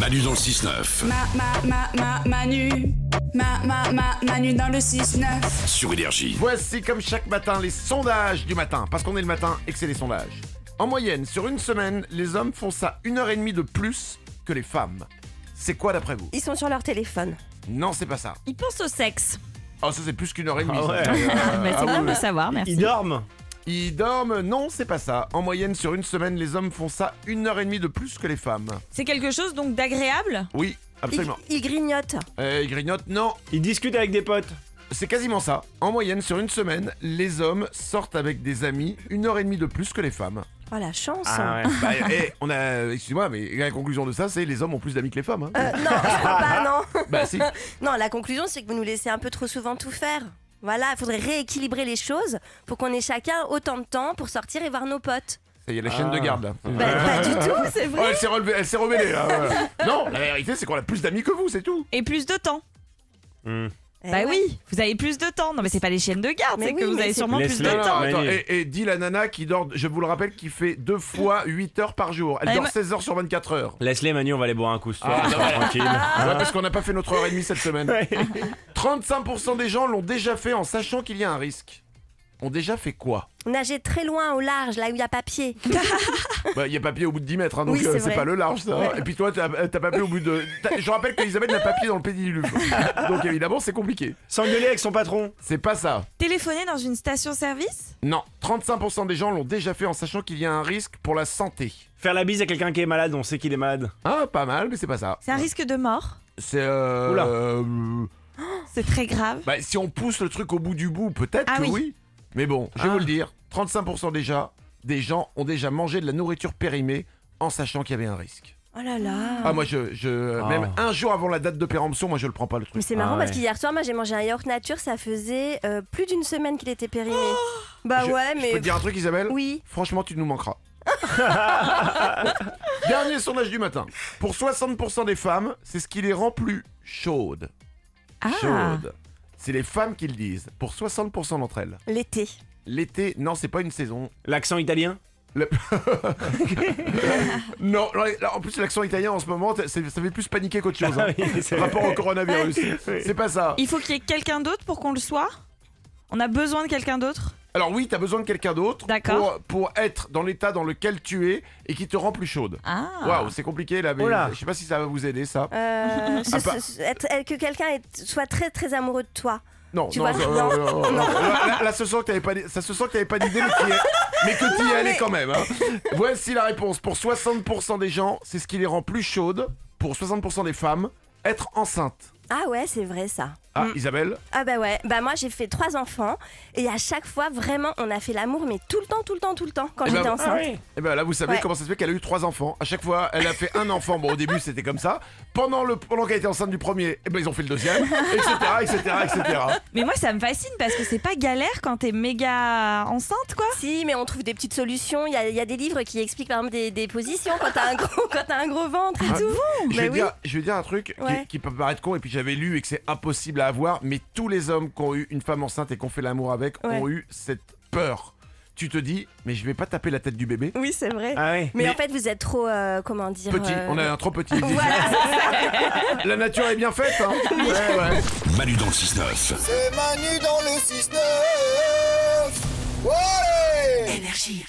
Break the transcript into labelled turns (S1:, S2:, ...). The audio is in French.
S1: Manu dans le 6-9
S2: Ma, ma, ma, ma, Manu. Ma, ma, ma, Manu dans le 6-9.
S1: sur Énergie.
S3: Voici comme chaque matin les sondages du matin, parce qu'on est le matin et que c'est les sondages. En moyenne, sur une semaine, les hommes font ça une heure et demie de plus que les femmes. C'est quoi d'après vous
S4: Ils sont sur leur téléphone.
S3: Non, c'est pas ça.
S5: Ils pensent au sexe.
S3: Oh, ça c'est plus qu'une heure et demie.
S6: Ah
S3: ça.
S6: ouais.
S3: Euh,
S5: Bah,
S3: ah
S5: c'est bien
S3: oui,
S5: de le savoir, merci.
S6: Ils dorment
S3: oui. Ils dorment Non, c'est pas ça. En moyenne, sur une semaine, les hommes font ça une heure et demie de plus que les femmes.
S5: C'est quelque chose donc d'agréable
S3: Oui,
S4: Ils,
S3: absolument.
S4: ils grignotent.
S3: Euh, ils grignotent Non,
S6: Ils discutent avec des potes
S3: c'est quasiment ça. En moyenne, sur une semaine, les hommes sortent avec des amis une heure et demie de plus que les femmes.
S4: Oh la chance.
S6: ouais.
S3: Bah, eh, on a, excuse-moi, mais la conclusion de ça, c'est les hommes ont plus d'amis que les femmes. hein.
S4: Euh, non, je crois pas, non.
S3: Bah si.
S4: Non, la conclusion, c'est que vous nous laissez un peu trop souvent tout faire. Voilà, il faudrait rééquilibrer les choses pour qu'on ait chacun autant de temps pour sortir et voir nos potes.
S3: Ça y est, la
S5: Ah.
S3: chaîne de garde là.
S4: Bah, pas du tout, c'est
S3: Oh,
S4: vrai.
S3: elle s'est relevée, elle s'est rebellée. là, voilà. Non, la vérité c'est qu'on a plus d'amis que vous, c'est tout.
S5: et plus de temps.
S4: Eh
S5: bah
S4: ouais.
S5: oui, vous avez plus de temps. Non mais c'est pas les chaînes de garde,
S4: Mais
S5: c'est
S4: oui,
S5: que vous
S4: mais
S5: avez
S4: c'est-
S5: sûrement plus de
S6: Laisse-le.
S5: temps.
S6: Manu.
S3: Attends, et, et dit la nana qui dort, je vous le rappelle, qui fait deux fois 8 heures par jour. Elle
S5: Ah,
S3: dort
S5: mais-
S3: 16 heures sur 24 heures.
S6: Laisse-les, Manu, on va aller boire un coup ce soir. tranquille.
S5: Ah.
S3: Ouais, parce qu'on n'a pas fait notre heure et demie cette semaine. 35% des gens l'ont déjà fait en sachant qu'il y a un risque. Ont déjà fait quoi
S4: Nager très loin au large, là où il y a papier.
S3: Bah, il y a papier au bout de 10 mètres, hein, donc
S4: Oui,
S3: euh,
S4: c'est
S3: c'est
S4: vrai.
S3: pas le large, ça. Et puis toi, t'as euh, t'as papier au bout de. t'as- Je rappelle qu'Elisabeth n'a papier dans le pédiluve. Donc évidemment, c'est compliqué.
S6: S'engueuler avec son patron.
S3: C'est pas ça.
S5: Téléphoner dans une station-service
S3: Non, 35% des gens l'ont déjà fait en sachant qu'il y a un risque pour la santé.
S6: Faire la bise à quelqu'un qui est malade, on sait qu'il est malade.
S3: Ah, pas mal, mais c'est pas ça.
S5: C'est un risque de mort
S3: C'est euh...
S6: Oula.
S3: euh,
S5: C'est très grave.
S3: Bah, si on pousse le truc au bout du bout, peut-être
S5: Ah
S3: que oui.
S5: oui.
S3: Mais bon, je vais
S6: Ah.
S3: vous le dire, 35% déjà des gens ont déjà mangé de la nourriture périmée en sachant qu'il y avait un risque.
S4: Oh là là.
S3: Ah, moi, je, je
S6: Ah.
S3: même un jour avant la date de péremption, moi, je le prends pas le truc.
S4: Mais c'est marrant
S6: Ah
S4: parce
S6: ouais.
S4: qu'hier soir, moi j'ai mangé un yaourt nature, ça faisait euh, plus d'une semaine qu'il était périmé. bah
S3: Oh Je-
S4: ouais,
S3: Je peux
S4: mais.
S3: te dire un truc, Isabelle
S4: Oui.
S3: Franchement, tu nous manqueras. Dernier sondage du matin. Pour 60% des femmes, c'est ce qui les rend plus chaudes.
S5: Ah.
S3: Chaudes. C'est les femmes qui le disent. Pour 60% d'entre elles.
S4: L'été.
S3: L'été, non, c'est pas une saison.
S6: L'accent italien
S3: Non, là, là, en plus, l'accent italien en ce moment, t- c'est- ça fait plus paniquer qu'autre chose. hein.
S6: Ah oui, c'est
S3: Rapport au coronavirus. C'est pas ça.
S5: Il faut qu'il y ait quelqu'un d'autre pour qu'on le soit On a besoin de quelqu'un d'autre
S3: Alors, oui, t'as besoin de quelqu'un d'autre pour,
S5: D'accord.
S3: pour être dans l'état dans lequel tu es et qui te rend plus chaude.
S5: Ah
S3: Waouh, c'est compliqué là, mais
S6: Oh là.
S3: je sais pas si ça va vous aider ça.
S4: Euh, ce-
S3: pas-
S4: ce- être- être- que quelqu'un est- soit très très amoureux de toi.
S3: Non,
S4: Tu
S3: non,
S4: vois,
S3: ça-
S4: non.
S3: euh, euh, euh, Là, là, là, ça se sent que t'avais pas, d'i- ça se sent que t'avais pas d'idée, mais, qui est- mais que t'y es allé quand même. hein. Voici la réponse. Pour 60% des gens, c'est ce qui les rend plus chaudes. Pour 60% des femmes, être enceinte.
S4: Ah ouais, c'est vrai ça.
S3: Ah, Isabelle
S4: Ah bah ouais, bah moi j'ai fait trois enfants et à chaque fois vraiment on a fait l'amour mais tout le temps, tout le temps, tout le temps quand
S3: Eh ben,
S4: j'étais enceinte.
S6: Ah
S3: Eh ben là, vous savez
S4: Ouais.
S3: comment ça se fait qu'elle a eu trois enfants. À chaque fois, elle a fait un enfant. Bon, au début, c'était comme ça. Pendant, le, pendant qu'elle était enceinte du premier, eh ben, ils ont fait le deuxième, etc., etc., etc.
S5: Mais moi ça me fascine parce que c'est pas galère quand t'es méga enceinte quoi
S4: Si, mais on trouve des petites solutions. Il y a, il y a des livres qui expliquent par exemple des, des positions quand t'as un gros, quand t'as un gros ventre et
S3: Ah,
S4: tout.
S3: Je
S4: Bah
S3: vais,
S4: oui.
S3: dire, je vais dire un truc qui-
S4: Ouais.
S3: qui, peut paraître con et puis j'avais lu et que c'est impossible à avoir, mais tous les hommes qui ont eu une femme enceinte et qui ont fait l'amour avec
S4: Ouais.
S3: ont eu cette peur. Tu te dis, mais je vais pas taper la tête du bébé.
S4: Oui, c'est vrai.
S6: Ah ouais.
S4: mais, en fait, vous êtes trop, euh, comment dire
S3: Petit,
S4: euh,
S3: on est un trop petit.
S4: Voilà,
S3: La nature est bien faite. Hein. Ouais, ouais.
S1: Manu dans le 6-9.
S7: C'est Manu dans le 6-9 Ouais
S8: Énergie.